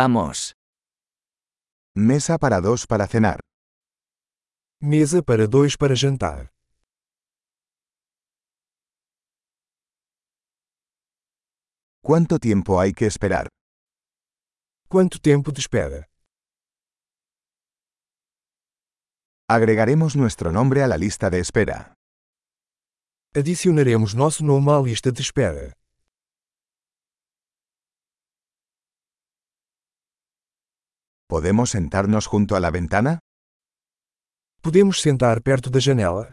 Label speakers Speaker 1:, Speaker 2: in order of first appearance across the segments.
Speaker 1: Vamos.
Speaker 2: Mesa para dos para cenar.
Speaker 3: Mesa para dois para jantar.
Speaker 2: ¿Cuánto tiempo hay que esperar?
Speaker 3: Quanto tempo de espera?
Speaker 2: Agregaremos nuestro nombre a la lista de espera.
Speaker 3: Adicionaremos nosso nome à lista de espera.
Speaker 2: ¿Podemos sentarnos junto a la ventana?
Speaker 3: Podemos sentar perto da janela?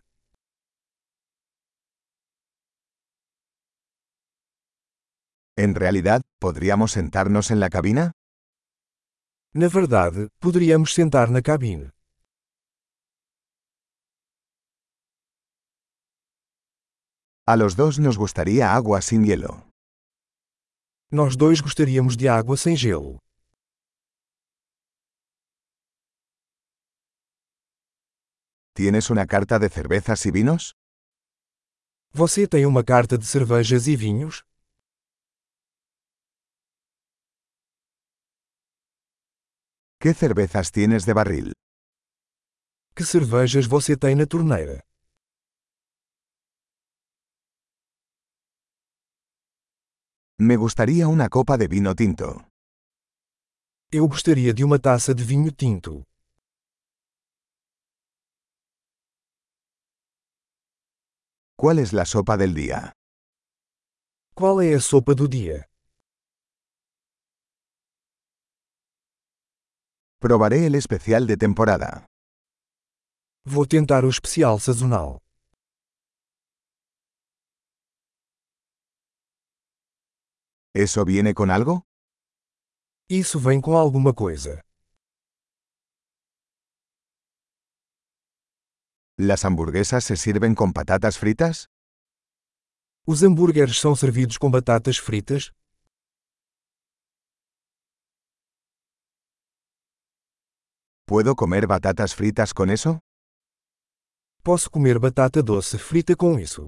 Speaker 2: En realidad, ¿podríamos sentarnos en la cabina?
Speaker 3: Na verdade, poderíamos sentar na cabine.
Speaker 2: A los dos nos gustaría agua sin hielo.
Speaker 3: Nós dois gostaríamos de água sem gelo.
Speaker 2: ¿Tienes una carta de cervezas y vinos?
Speaker 3: Você tem uma carta de cervejas e vinhos?
Speaker 2: ¿Qué cervezas tienes de barril?
Speaker 3: Que cervejas você tem na torneira?
Speaker 2: Me gustaría una copa de vino tinto.
Speaker 3: Eu gostaria de uma taça de vinho tinto.
Speaker 2: ¿Cuál es la sopa del día?
Speaker 3: Qual é a sopa do dia?
Speaker 2: Probaré el especial de temporada.
Speaker 3: Vou tentar o especial sazonal.
Speaker 2: ¿Eso viene con algo?
Speaker 3: Isso vem com alguma coisa.
Speaker 2: ¿Las hamburguesas se sirven con patatas fritas?
Speaker 3: Os hambúrgueres são servidos com batatas fritas?
Speaker 2: ¿Puedo comer batatas fritas con eso?
Speaker 3: Posso comer batata doce frita com isso?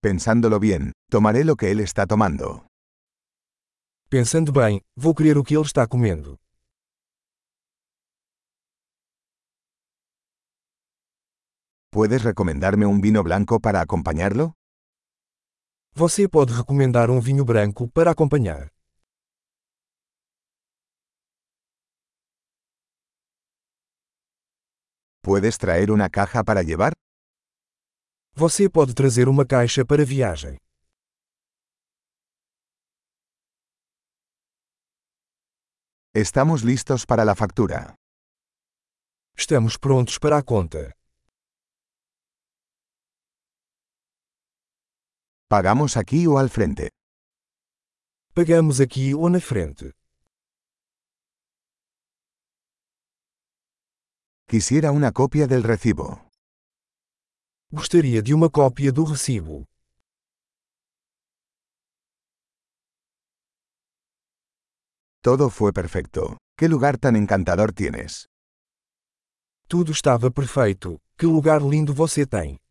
Speaker 2: Pensándolo bien, tomaré lo que él está tomando.
Speaker 3: Pensando bem, vou querer o que ele está comendo.
Speaker 2: ¿Puedes recomendarme un vino blanco para acompañarlo?
Speaker 3: Você pode recomendar um vinho branco para acompanhar.
Speaker 2: ¿Puedes traer una caja para llevar?
Speaker 3: Você pode trazer uma caixa para viagem.
Speaker 2: Estamos listos para la factura.
Speaker 3: Estamos prontos para a conta.
Speaker 2: ¿Pagamos aquí o al frente?
Speaker 3: Pagamos aqui ou na frente.
Speaker 2: Quisiera una copia del recibo.
Speaker 3: Gostaria de uma cópia do recibo.
Speaker 2: Todo fue perfecto. ¿Qué lugar tan encantador tienes?
Speaker 3: Tudo estava perfeito. Que lugar lindo você tem!